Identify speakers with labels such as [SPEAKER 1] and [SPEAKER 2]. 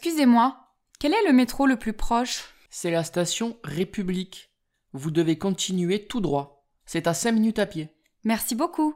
[SPEAKER 1] Excusez-moi, quel est le métro le plus proche
[SPEAKER 2] C'est la station République. Vous devez continuer tout droit. C'est à 5 minutes à pied.
[SPEAKER 1] Merci beaucoup.